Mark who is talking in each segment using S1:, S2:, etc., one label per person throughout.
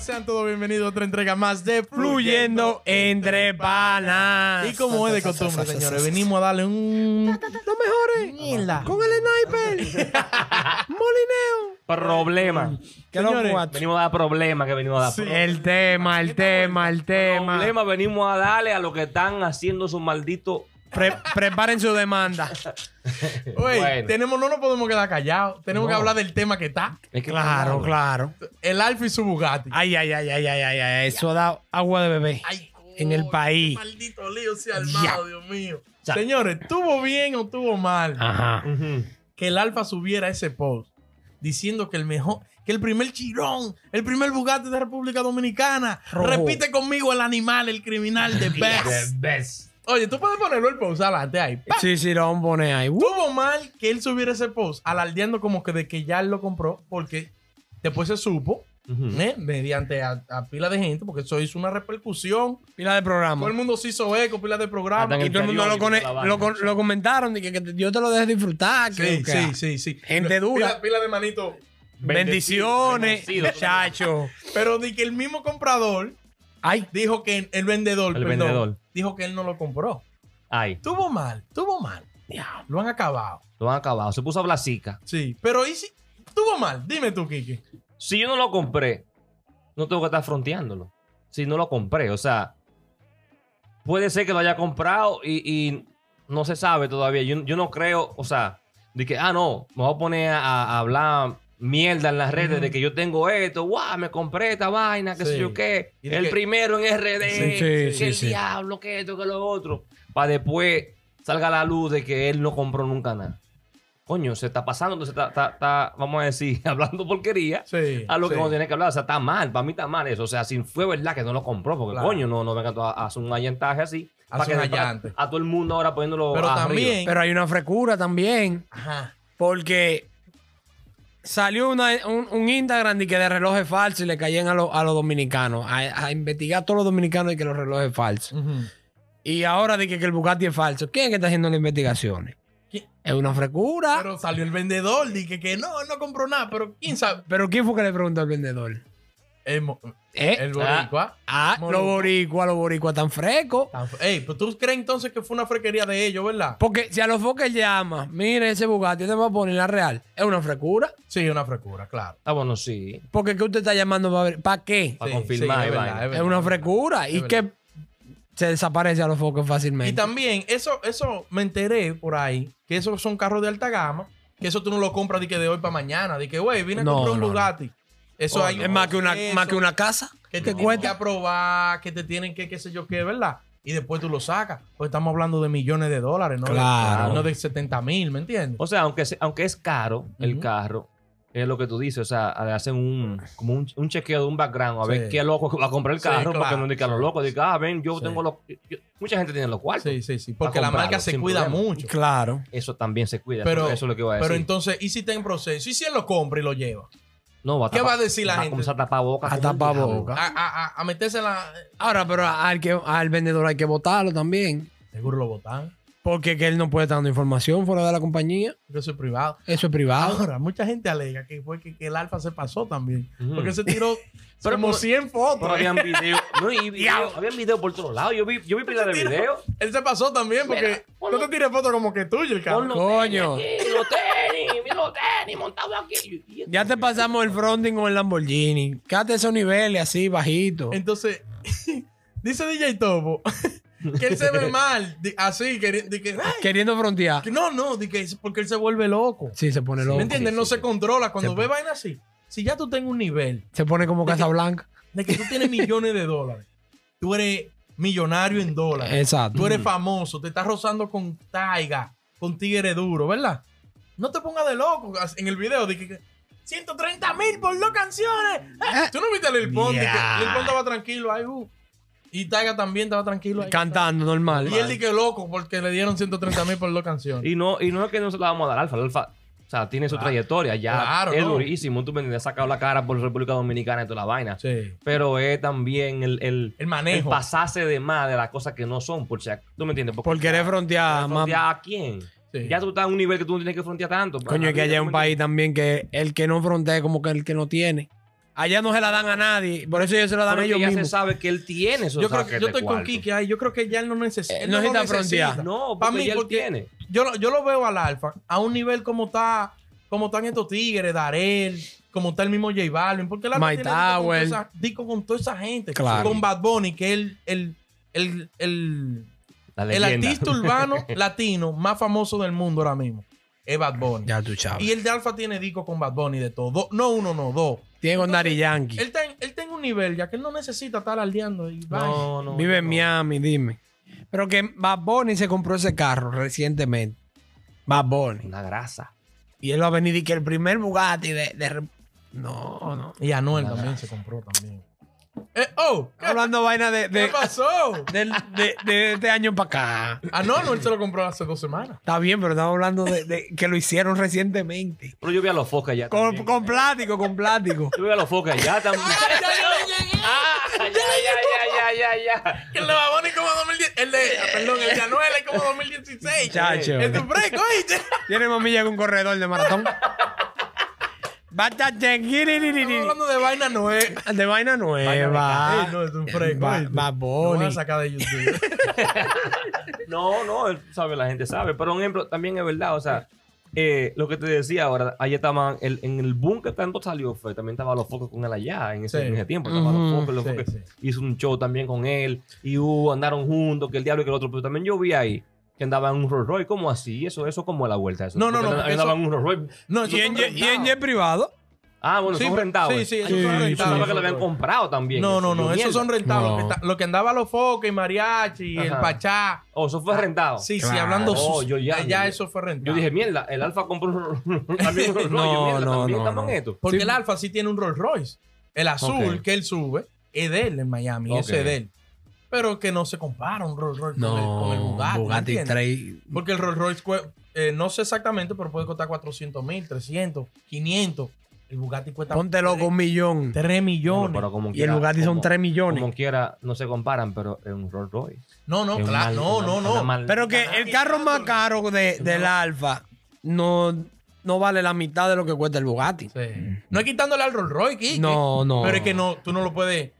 S1: Sean todos bienvenidos a otra entrega más de Fluyendo entre Panas. Y como es de costumbre, señores, venimos a darle un. Los mejores. Mierda. Con el sniper. Molineo.
S2: Problema.
S1: Señores,
S2: Venimos a dar problemas que venimos a dar.
S1: Sí.
S3: El tema, el tema, el tema.
S2: Problemas venimos a darle a los que están haciendo su maldito.
S3: Pre- preparen su demanda.
S1: oye,
S2: Bueno.
S1: tenemos, no nos podemos quedar callados. Tenemos que hablar del tema que está:
S2: Es que-
S3: Claro, claro.
S1: el Alfa y su Bugatti.
S3: Ay, ay, ay, ay, ay, ay, ay. Eso da agua de bebé. en el
S1: coño,
S3: país.
S1: qué Maldito lío se ha armado,
S3: Ya.
S1: Dios mío.
S3: Ya.
S1: Señores, ¿tuvo bien o tuvo mal?
S3: Ajá.
S2: Ujú.
S1: que el Alfa subiera ese post diciendo que el mejor, que el primer chirón, el primer Bugatti de República Dominicana.
S3: Rojo.
S1: Repite conmigo el animal, el criminal de best. Oye, tú puedes ponerlo el post adelante ahí. ¡Pa!
S3: Sí, sí, lo vamos a poner ahí. Uh,
S1: Tuvo mal que él subiera ese post alardeando como que de que ya él lo compró porque después se supo.
S3: Mm.
S2: Ujú.
S1: ¿eh? Mediante a, a pila de gente, porque eso hizo una repercusión.
S3: Pila de
S1: Todo
S3: programa.
S1: el mundo se hizo eco, pila de
S2: Hasta
S1: programas.
S2: en
S3: Y todo el mundo lo,
S2: periódico,
S3: cone-
S2: la vaina.
S3: lo, con- lo comentaron. Dije que te- Dios te lo deje disfrutar. que-
S1: Sí,
S3: que-
S1: sí, sí, sí.
S3: Gente dura.
S1: Pila, pila de manito.
S3: Bendiciones,
S2: Bendecido.
S3: muchachos.
S1: Pero de que el mismo comprador
S3: Ay,
S1: dijo que el vendedor,
S2: El
S1: perdón,
S2: vendedor.
S1: dijo que él no lo compró.
S2: Ay,
S1: Tuvo mal, tuvo mal. Ya, lo han acabado.
S2: lo han acabado. Se puso a hablar zica.
S1: Sí, pero ¿y si tuvo mal? Dime tú, Kiki.
S2: Si yo no lo compré, no tengo que estar fronteándolo. Si no lo compré, o sea, puede ser que lo haya comprado y, y no se sabe todavía. Yo, yo no creo, o sea, de que, ah, no, me voy a poner a, a hablar mierda en las redes de que yo tengo esto, guau, me compré esta vaina, que
S1: Sí.
S2: sé yo qué,
S1: Y de
S2: el
S1: que-
S2: primero en RD,
S3: Sí, sí,
S2: que
S3: sí,
S2: el
S3: sí.
S2: diablo, que esto, que lo otro, para después salga a la luz de que él no compró nunca nada. Coño, se está pasando, entonces está, está- está, vamos a decir, hablando porquería
S1: Sí.
S2: a lo que
S1: sí.
S2: no tiene que hablar. O sea, está mal, para mí está mal eso. O sea, si fue verdad que no lo compró, porque
S1: Claro.
S2: coño, no, no venga tú a, a hacer un allantaje así.
S1: Haz
S2: para que
S1: un
S2: después
S1: allante.
S2: A, todo el mundo ahora poniéndolo.
S1: Pero
S2: arriba.
S1: también-
S3: pero hay una frescura también.
S1: Ajá.
S3: Porque salió una- un, un Instagram de que de relojes falsos y le caían a, lo- a los dominicanos. A, a investigar a todos los dominicanos de que los relojes falsos.
S1: Ujú.
S3: Y ahora de que, que el Bugatti es falso. ¿Quién es que está haciendo las investigaciones?
S1: ¿Qui-
S3: Es una frescura. Pero,
S1: Pero salió el vendedor, dije que no, él no compró nada, pero quién sabe.
S3: ¿quién fue que le preguntó al vendedor?
S1: El, mo-
S3: ¿Eh?
S1: el boricua.
S3: ah, los boricuas, los boricuas tan frescos.
S1: Tan fe- Ey, pues tú crees entonces que fue una frequería de ellos, ¿verdad?
S3: Porque si a los foques llama, mire ese Bugatti, te va a poner la real. Es una frescura.
S1: Sí, una frescura, claro.
S2: Ah, bueno, sí.
S3: Porque ¿qué usted está llamando para ver? ¿Para qué?
S2: Para
S1: Sí,
S2: confirmar.
S1: sí, es
S2: y
S1: verdad,
S2: vaina.
S1: es verdad.
S3: Es una frescura.
S1: Es
S3: Y
S1: verdad.
S3: que se desaparece a los foques fácilmente.
S1: Y también, eso, eso me enteré por ahí, que esos son carros de alta gama, que eso tú no lo compras de, que de hoy para mañana, de que, güey, vine a
S3: No,
S1: comprar un
S3: no, no.
S1: Bugatti. Eso
S2: Oh,
S1: hay
S2: no.
S3: Es más que una,
S1: proceso,
S3: más que una casa.
S1: que te
S2: No.
S1: tienen que aprobar, que te tienen que qué sé yo qué, ¿verdad? Y después tú lo sacas. Pues estamos hablando de millones de dólares, ¿no? De-
S3: Claro.
S1: no de 70 mil, ¿me entiendes?
S2: O sea, aunque, se- aunque es caro el
S1: Ujú.
S2: carro, es lo que tú dices. O sea, le hacen un, como un, un chequeo de un background a ver
S1: Sí.
S2: qué loco va a comprar el
S1: Sí,
S2: carro, para que
S1: claro.
S2: no diga los locos. Diga, ah, ven, yo
S1: Sí.
S2: tengo los. yo- mucha gente tiene los cuartos.
S1: Sí, sí, sí. Porque
S2: Para
S1: la marca
S2: comprarlo,
S1: se
S2: sin
S1: cuida
S2: problema.
S1: mucho.
S3: Claro.
S2: Eso también se cuida.
S1: Pero-
S2: eso es lo que iba a decir.
S1: Pero entonces, ¿y si está en proceso? ¿Y si él lo compra y lo lleva?
S2: no, va
S1: ¿qué va a decir la
S2: va
S1: gente?
S2: comenzar a tapar boca.
S3: A
S2: como el
S3: tapar
S2: diablo.
S3: boca.
S1: A, a- a- eh, a meterse en la.
S3: Ahora, pero al, que, al vendedor hay que votarlo también.
S1: Seguro lo botan.
S3: Porque que él no puede estar dando información fuera de la compañía.
S1: Yo soy privado.
S3: Eso es privado.
S1: Ahora, mucha gente alega que fue que, que el alfa se pasó también.
S2: Ujú.
S1: Porque se tiró
S2: Pero
S1: como
S2: como-
S1: 100
S2: Pero
S1: fotos. ¿eh?
S2: habían video. No, y video habían video por todos lados. Yo vi, yo vi pila de
S1: Tira-
S2: video.
S1: Él se pasó también porque
S2: Mira,
S1: no
S2: ponlo-
S1: te tires fotos como que tuyo, el
S2: Con
S1: cabrón.
S2: los
S3: Coño.
S2: tenis, aquí, los tenis, mira los tenis montados aquí. Y-
S3: Ya te pasamos el fronting con el Lamborghini. Quédate esos niveles así, bajitos.
S1: Entonces, dice DJ Topo que él se ve mal, di- así, que, di que, "Ay",
S3: Queriendo frontear.
S1: que no, no, di que es porque él se vuelve loco.
S3: Sí, se pone loco.
S1: ¿Me entiendes?
S2: sí,
S1: no
S2: sí,
S1: se
S2: sí.
S1: controla. Cuando
S3: Se-
S1: ve vaina así, si ya tú tienes un nivel
S3: Se pone como Casa Blanca.
S1: de que tú tienes millones de dólares, tú eres millonario en dólares,
S3: Exacto.
S1: tú eres
S2: Mm.
S1: famoso, te estás rozando con Taiga, con Tigre Duro, ¿verdad? No te pongas de loco as- en el video. De que, que 130 mil por dos canciones.
S2: Ah.
S1: Eh, ¿Tú no viste el Lil Pon? Di que
S3: Ya.
S1: Lil Pon estaba tranquilo ahí, uh. Y Taiga también estaba tranquilo ahí.
S3: Cantando normal.
S1: Y él di que loco porque le dieron 130 mil por dos canciones.
S2: Y no, y no es que no se la vamos a dar alfa. El alfa, o sea, tiene su
S1: Claro.
S2: trayectoria. Ya
S1: Claro,
S2: es
S1: no.
S2: durísimo. Tú me entiendes, ha sacado la cara por República Dominicana y toda la vaina.
S1: Sí.
S2: Pero es también el, el,
S1: El
S2: el
S1: manejo.
S2: pasarse de más de las cosas que no son. Por si ac- ¿Tú me entiendes?
S3: Porque eres
S1: ah,
S3: frontear. más-
S2: frontear ¿A quién?
S1: Sí.
S2: Ya tú estás a un nivel que tú no tienes que frontear tanto.
S3: Coño, es que
S2: Arriba,
S3: allá hay
S2: ¿tú
S3: un
S2: me entiendes?
S3: país también que el que no frontea es como que el que no tiene. Allá no se la dan a nadie. Por eso ellos se la dan a
S2: Pero
S3: ellos
S2: ya se
S3: mismos.
S2: sabe que él tiene esos
S1: Yo, creo que,
S2: saques
S1: yo
S2: de
S1: estoy con
S2: cuarto.
S1: Kike ahí. Yo creo que ya él no necesita.
S3: Eh,
S1: él
S3: no necesita
S1: necesita.
S3: frontear.
S2: No,
S1: Pa'
S2: porque
S1: mí,
S2: ya él
S1: porque-
S2: tiene.
S1: Yo, lo- yo lo veo al Alfa a un nivel como está como están estos tigres, Darel, como está el mismo J Balvin, porque el Alfa
S3: Mike
S1: tiene disco con, toda
S3: Tower.
S1: esa, disco con toda esa gente,
S3: Claro.
S1: con Bad Bunny, que es el, el, el, el,
S2: La
S1: el
S2: leyenda.
S1: artista urbano latino más famoso del mundo ahora mismo, es Bad Bunny.
S3: Ya tú sabes.
S1: Y el de Alfa tiene disco con Bad Bunny de todo, Do- no uno, no dos.
S3: Tiene con Daddy Yankee.
S1: Él está, en- él está en un nivel ya que él no necesita estar aldeando y vaina.
S2: No, no,
S3: Vive en
S2: no.
S3: Miami, dime. Pero que Bad Bunny se compró ese carro recientemente. Bad Bunny.
S2: Una grasa.
S3: Y él va a venir y que el primer Bugatti de... de re- No, no.
S1: Y Anuel también se compró también. Eh, oh, ¿qué,
S3: Hablando vaina de,
S1: qué
S3: Ah, de,
S1: pasó?
S3: del- de- de este año para acá.
S1: Ah, no, no, él se lo compró hace dos semanas.
S3: Está bien, pero estamos hablando de, de que lo hicieron recientemente.
S2: Pero yo vi a los focas ya.
S3: Con,
S2: también.
S3: con plástico, con plástico.
S2: Yo vi a los focas ya también. Ah, ya, ya, ya, ya, ya.
S1: Que el de Baboni como 2010. El de, ah, perdón, el de Anuel es como 2016.
S3: Chacho.
S1: Es tu fresco, oíste.
S3: Tiene mamilla con un corredor de maratón. Bata
S1: Estamos
S3: chiquiririririri.
S1: hablando de vaina Noel.
S3: De vaina nueva.
S1: Ey, no, es un fresco.
S3: Va-
S1: oíste.
S3: va eh, Bunny.
S1: Lo van a sacar de YouTube.
S2: No, no, él sabe, la gente sabe. Pero un ejemplo, también es verdad, o sea, eh, lo que te decía ahora, allá estaban, el- en el boom que tanto salió fue, también estaban los focos con él allá en ese,
S1: Sí.
S2: en ese tiempo. Estaban
S3: Ujú.
S2: los focos, los
S1: Sí,
S2: focos.
S1: sí.
S2: Hizo un show también con él y hubo, andaron juntos, que el diablo y que el otro. Pero también yo vi ahí que andaba en un Rolls Royce, ¿cómo así? Eso, eso como la vuelta. Eso,
S1: No, no,
S2: Porque
S1: no, porque
S2: Andaba
S1: eso-
S2: en un Rolls Royce.
S1: No,
S3: ¿Y en, jet- y en jet privado?
S2: Ah, bueno, son rentables.
S1: Sí, sí, esos son
S3: Sí, sí,
S2: Yo
S1: rentables.
S2: pensaba que lo habían comprado también.
S1: No, no,
S2: eso, yo,
S1: no,
S2: mierda.
S1: esos son rentables. Lo, que
S3: No.
S1: está- lo que andaba los focos y mariachi y el
S2: Ajá.
S1: pachá.
S2: Oh, eso fue rentado.
S1: Ah, Sí, sí,
S3: Claro.
S1: hablando
S2: Oh,
S1: sus-
S2: yo ya- yo-
S1: eso fue rentable.
S2: Yo dije, mierda, el Alfa compró un- también un Rolls Royce.
S3: No,
S2: mierda,
S3: no,
S2: también
S3: no,
S2: estamos en
S3: no.
S2: esto.
S1: Porque
S3: Sí.
S1: el Alfa sí tiene un Rolls Royce. El azul
S2: Ok.
S1: que él sube es de él en Miami,
S2: Ok.
S1: ese es de él. Pero que no se compara un Rolls Royce con, el, con el Bugatti. ¿me entiendes?
S3: 3.
S1: Porque el Rolls Royce, cue- eh, no sé exactamente, pero puede costar 400 mil, 300, 500. El Bugatti cuesta
S3: Ponte loco un millón.
S1: 3 millones.
S2: Pero como
S3: Y el Bugatti son
S2: como-
S3: 3 millones.
S2: Como quiera, no se comparan, pero es un Rolls Royce.
S1: No, no,
S2: Es
S1: claro,
S2: una-
S1: no,
S2: una-
S1: no,
S2: una
S1: no.
S2: maldita
S3: Pero que el carro más caro de, del Alfa no, no vale la mitad de lo que cuesta el Bugatti.
S1: Sí. No es quitándole al Rolls Royce, Quique.
S3: No, no.
S1: Pero es que no, tú no lo puedes.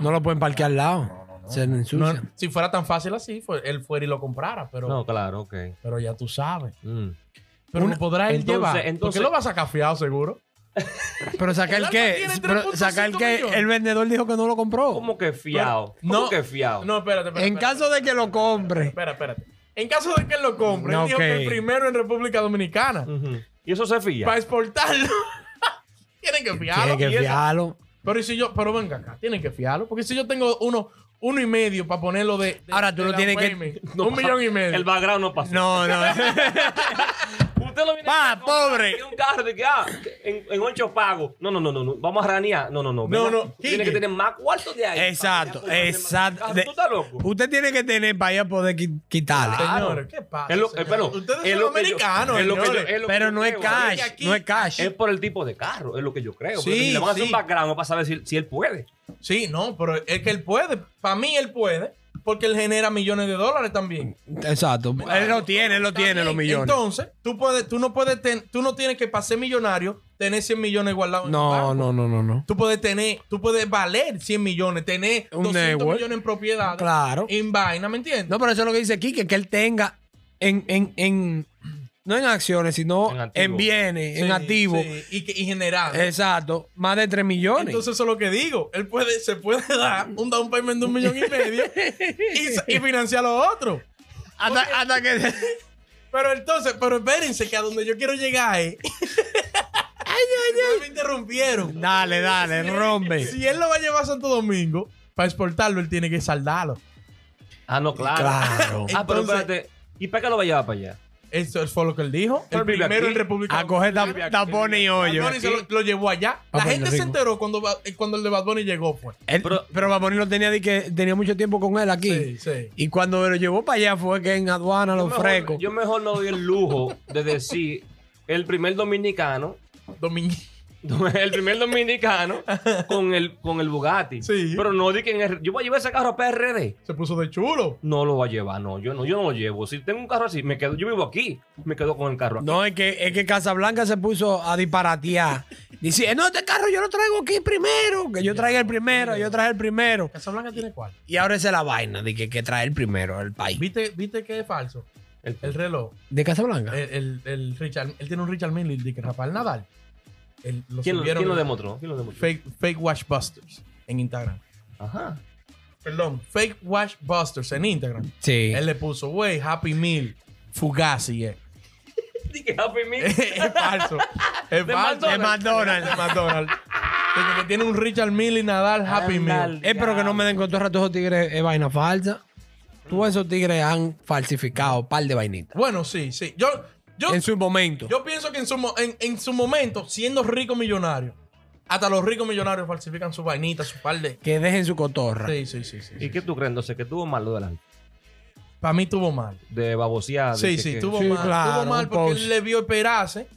S3: No lo pueden parquear al lado. Se ensucia.
S1: no, si fuera tan fácil así, fue- él fuera y lo comprara. Pero,
S2: No, claro, ok.
S1: pero ya tú sabes.
S2: Mm.
S1: Pero
S3: Una-
S1: lo podrá él
S2: entonces-
S1: llevar. Porque
S2: entonces-
S1: lo vas a cafiado seguro.
S3: Pero saca
S1: El
S3: el
S1: Alfa
S3: que.
S1: tiene
S3: pero
S1: 3.5
S3: Saca el que.
S1: millones.
S3: El vendedor dijo que no lo compró.
S2: ¿Cómo que fiado? ¿Cómo
S1: No,
S2: que fiado?
S1: No, espérate, espérate.
S3: En
S1: espérate.
S3: caso de que lo compre.
S1: Espera, espérate. En caso de que él lo compre, él dijo
S3: Mm, Ok. Mm,
S1: que el primero en República Dominicana.
S2: Ujú. Y eso se fía.
S1: Para exportarlo. tienen que fiarlo.
S3: Tiene que
S1: Y eso-
S3: fiarlo.
S1: Pero y si yo, pero venga acá, tienen que fiarlo. Porque si yo tengo uno, uno y medio para ponerlo de, de-
S3: Ahora tú
S1: de
S3: lo
S1: down
S3: tienes que-
S1: payment,
S2: No
S1: un
S2: pasa-
S1: millón y medio.
S2: El background no pasó.
S3: No, no.
S2: Usted lo viene
S3: Pa,
S2: a comprar,
S3: pobre.
S2: tiene un carro de que, ah, en, en ocho pagos. No, no, no, no, no. Vamos a ranear. No, no, no.
S1: No,
S2: Venga,
S1: no,
S2: Tiene
S1: Quique.
S2: que tener más cuartos de ahí.
S3: Exacto,
S2: Para que ya pueda
S3: exacto.
S2: tener más carro. ¿Tú estás loco? Ah.
S3: Usted tiene que tener para ya poder qui- quitarle.
S2: Claro.
S1: Señores, ¿qué pasa?
S2: Es lo-
S1: señores?
S2: pero-
S1: Ustedes
S2: es
S1: son
S2: lo que yo-
S1: americanos,
S2: es lo que yo-
S1: señores.
S2: es lo que
S3: Pero
S2: yo
S3: no es
S2: creo.
S3: cash.
S1: Y aquí-
S3: No es cash.
S2: Es por el tipo de carro, es lo que yo creo.
S1: Sí,
S2: Pero si le van a hacer
S1: sí.
S2: un background para saber si, si él puede.
S1: Sí, no, pero es que él puede. Para mí él puede. Porque él genera millones de dólares también.
S3: Exacto. Él lo tiene, él lo
S1: Está
S3: tiene,
S1: bien.
S3: los millones.
S1: Entonces, tú, puedes, tú, no puedes ten- tú no tienes que, para ser millonario, tener 100 millones guardados. en tu banco.
S3: No, no, no, no, no.
S1: Tú puedes tener, tú puedes valer 100 millones, tener
S3: Un
S1: 200
S3: network.
S1: millones en propiedad,
S3: Claro.
S1: en vaina, ¿me entiendes?
S3: No, pero eso es lo que dice Kike, que él tenga en, en, en no en acciones, sino
S2: En
S3: en,
S2: activo.
S3: bienes, en
S1: Sí,
S3: activos.
S1: sí, y, que- y generar. ¿no?
S3: Exacto. Más de 3 millones.
S1: Entonces eso es lo que digo. Él puede, se puede dar un down payment de un millón y medio y, y financiar los otros.
S3: hasta, hasta que
S1: Pero entonces, pero espérense que a donde yo quiero llegar es... ay, ay, ay. Me interrumpieron.
S3: Dale, dale, rompe.
S1: Si él lo va a llevar a Santo Domingo, para exportarlo, él tiene que saldarlo.
S2: Ah, no, claro.
S3: Claro.
S2: Ah, pero
S1: Entonces-
S2: espérate. ¿Y para qué lo va a llevar para allá?
S1: Eso fue lo que él dijo.
S2: Él
S1: El
S2: vive
S1: primero
S2: aquí. Ah,
S1: en República
S3: A coger tap- tapones y
S1: Bad
S3: hoyo.
S1: Bunny se lo, lo llevó allá.
S3: Ah,
S1: La
S3: Puerto
S1: gente se
S3: Rico.
S1: enteró cuando, Ba- eh, cuando el de Bad Bunny llegó, pues.
S3: Él-
S2: Pero-
S3: pero Bad Bunny lo tenía de que tenía mucho tiempo con él aquí.
S1: Sí, sí.
S3: Y cuando lo llevó para allá fue que en aduana
S2: Yo
S3: lo
S2: mejor-
S3: fresco.
S2: Yo mejor me doy el lujo de decir el primer dominicano
S1: Domingo.
S2: el primer dominicano con el, con el Bugatti.
S1: Sí.
S2: Pero no di que en el- yo voy a llevar ese carro a PRD.
S1: Se puso de chulo.
S2: No lo va a llevar, no, yo no, yo no lo llevo. Si tengo un carro así, me quedo, yo vivo aquí, me quedo con el carro aquí.
S3: No, es que, es que Casablanca se puso a disparatear. Dice, no, este carro yo lo traigo aquí primero. Que yo traiga el primero, yo traje el primero.
S1: Casablanca tiene cuál.
S3: Y ahora esa es la vaina de que, que trae el primero el país.
S1: ¿Viste, ¿Viste que es falso?
S2: El-
S1: El reloj.
S3: ¿De Casablanca?
S1: El, el, el Richard, él tiene un Richard Mille de que Rafael Nadal. Él, lo
S2: ¿Quién, lo,
S1: subieron
S2: quién lo
S1: en
S2: demostró? ¿Quién lo demostró?
S1: Fake, fake Washbusters en Instagram.
S2: Ajá.
S1: Perdón, Fake Washbusters en Instagram.
S3: Sí.
S1: Él le puso, wey, Happy Meal, Fugazi, eh.
S2: Di que Happy Meal.
S1: es falso. Es
S2: De
S1: falso.
S2: McDonald's.
S1: McDonald's. De McDonald's. De que- que tiene un Richard Mille y Nadal Happy Meal.
S2: Ándale.
S3: Eh, pero que no me den con todo el rato esos tigres es vaina falsa. Todos esos tigres han falsificado un par de vainitas.
S1: Bueno, sí, sí. Yo, yo,
S3: En su momento.
S1: yo pienso que en su, mo- en, en su momento, siendo rico millonario, hasta los ricos millonarios falsifican su vainita, su par de.
S3: Que dejen su cotorra.
S1: Sí, sí, sí. sí,
S2: ¿Y qué tú crees? No sé, que tuvo mal lo de, la,
S1: Para mí tuvo mal.
S2: de baboseada. de
S1: Sí,
S2: que-
S1: sí,
S2: que-
S1: tuvo
S3: Ah, Sí,
S1: mal.
S3: claro,
S1: tuvo mal
S3: un
S1: porque
S3: post.
S1: él le vio esperarse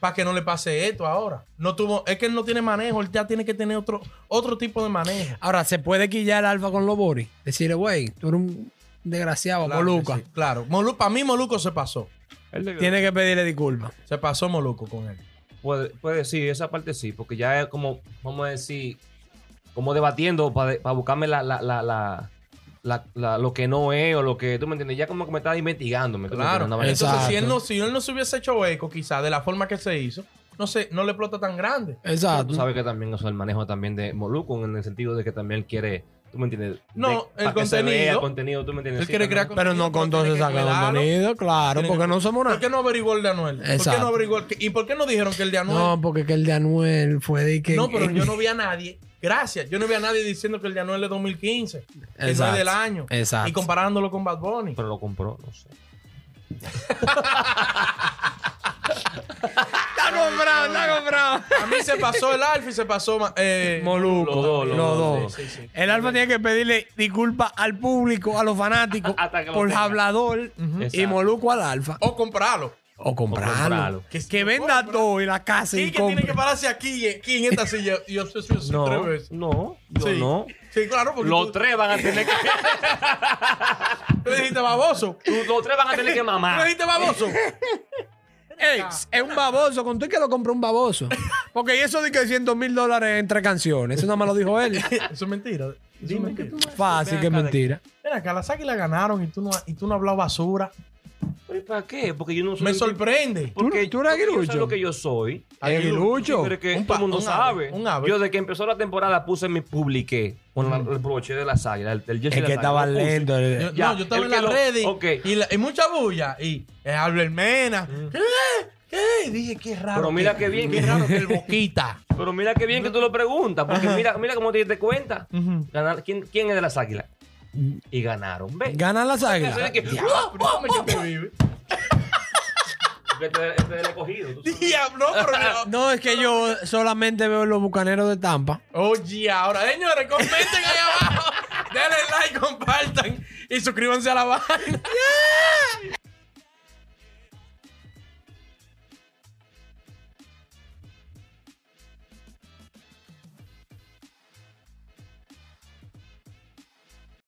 S1: para que no le pase esto ahora. No tuvo, es que él no tiene manejo, él ya tiene que tener otro, otro tipo de manejo.
S3: Ahora, ¿se puede quillar el alfa con los boris? Decirle, güey, tú eres un desgraciado,
S1: Claro que
S3: Moluca.
S1: sí, claro. para mí Moluco se pasó.
S2: Él debió-
S3: Tiene que pedirle disculpas.
S1: Se pasó Moluco con él.
S2: Puede, puede sí, esa parte sí, porque ya es como, vamos a decir, como debatiendo para buscarme la, la, la, la, la- la- lo que no es o lo que, tú me entiendes, ya como que me estaba investigándome. que
S1: Claro.
S2: no, no, no, no.
S1: Entonces, si
S3: Exacto.
S1: él, no, si él no se hubiese hecho eco, quizás de la forma que se hizo, no sé, no le explota tan grande.
S2: Tú
S3: Exacto.
S2: sabes que también eso es el manejo también de Moluco en el sentido de que también quiere, tú me entiendes,
S1: No,
S2: De-
S1: el
S2: para que se vea
S1: contenido.
S2: el contenido, tú me entiendes.
S1: Él
S2: sí,
S1: quiere
S2: también.
S1: crear
S3: Pero no con
S1: contenido,
S3: todo
S1: tiene
S3: ese
S1: que
S3: saco de
S1: cuidarlo.
S3: contenido, claro,
S1: Tiene
S3: porque
S1: que-
S3: no somos
S1: ¿Por
S3: nada.
S1: qué no averiguó el de Anuel? ¿Por qué
S3: Exacto.
S1: no averiguó el que- ¿Y por qué no dijeron que el de Anuel?
S3: No, porque que el de Anuel fue de que.
S1: No, pero yo no vi a nadie. Gracias. Yo no vi a nadie diciendo que el de Anuel es 2015. Que no es
S3: Exacto.
S1: del año.
S3: Exacto.
S1: Y comparándolo con Bad Bunny.
S2: Pero lo compró, no sé.
S3: Está comprado, está comprado.
S1: A mí se pasó el Alfa y se pasó ma- eh,
S3: Moluco,
S2: Los dos, los
S3: los
S2: dos,
S3: dos.
S1: sí, sí, sí.
S3: El alfa tiene que pedirle disculpas al público, a los fanáticos,
S2: Hasta que lo
S3: por
S2: tenga.
S3: hablador y
S2: Exacto.
S3: Moluco al alfa.
S1: O comprarlo.
S3: O comprarlo.
S2: comprarlo.
S3: Que, que venda todo y la casa
S1: Sí,
S3: y
S1: que tiene que
S3: compre.
S1: pararse aquí, aquí en esta silla. Y yo yo- yo- yo-
S2: No,
S1: tres veces.
S2: no, yo
S1: sí.
S2: no.
S1: Sí, claro, porque
S2: Los
S1: tú-
S2: tres van a tener que,
S1: tú dijiste baboso.
S2: tú- los tres van a tener que
S1: ¿Tú
S2: mamar.
S1: dijiste baboso?
S3: Ey, es un baboso. Conté que lo compró un baboso. Porque eso de que 100 mil dólares en tres canciones. Eso nada más lo dijo él.
S1: Eso es mentira. Eso es
S2: Dime que
S1: mentira.
S2: tú
S3: Fácil, que es mentira.
S1: Mira, acá las águilas ganaron y tú no, y tú no has hablado basura.
S2: ¿Pero y para qué? Porque yo no soy.
S1: Me sorprende.
S2: Porque
S3: ¿Tú- tú eres
S2: porque yo
S3: aguilucho?
S2: soy lo que yo soy.
S3: Aguilucho.
S2: Pero es que
S1: Un
S2: todo
S1: pa-
S2: el mundo
S1: un ave,
S2: sabe.
S1: un ave.
S2: Yo desde que empezó la temporada puse mi publiqué con la- el broche de la águilas, el, el jersey
S3: Es que
S2: de
S3: eh.
S2: las
S3: estaba
S2: águilas, lo puse.
S3: lento.
S1: Yo,
S3: el-
S2: Ya,
S1: no, yo estaba
S2: el
S1: en
S2: que
S1: la
S2: lo-
S1: red y,
S2: ok.
S1: y la- y mucha bulla. Y eh, habla Mena. ¿Qué? ¿Qué? Dije, qué raro.
S2: Mm. Pero mira qué bien
S1: Qué
S2: que-
S1: raro que el boquita.
S2: Pero mira qué bien que tú lo preguntas. Porque mira, mira cómo te diste cuenta.
S1: Ujú.
S2: Ganar- ¿quién, ¿Quién es de las águilas? Y ganaron. ¿Ves?
S3: Ganan las águilas.
S2: Eso es que-
S1: Ya,
S2: ¡Ah!
S1: pero ¿cómo es que tú vives?
S2: Porque este- este es el escogido, tú sabes.
S1: Diablo, ah, pero.
S3: No, es que yo solamente veo los bucaneros de Tampa.
S1: Oye, ahora, señores, comenten ahí abajo. Denle like, compartan y suscríbanse a la página.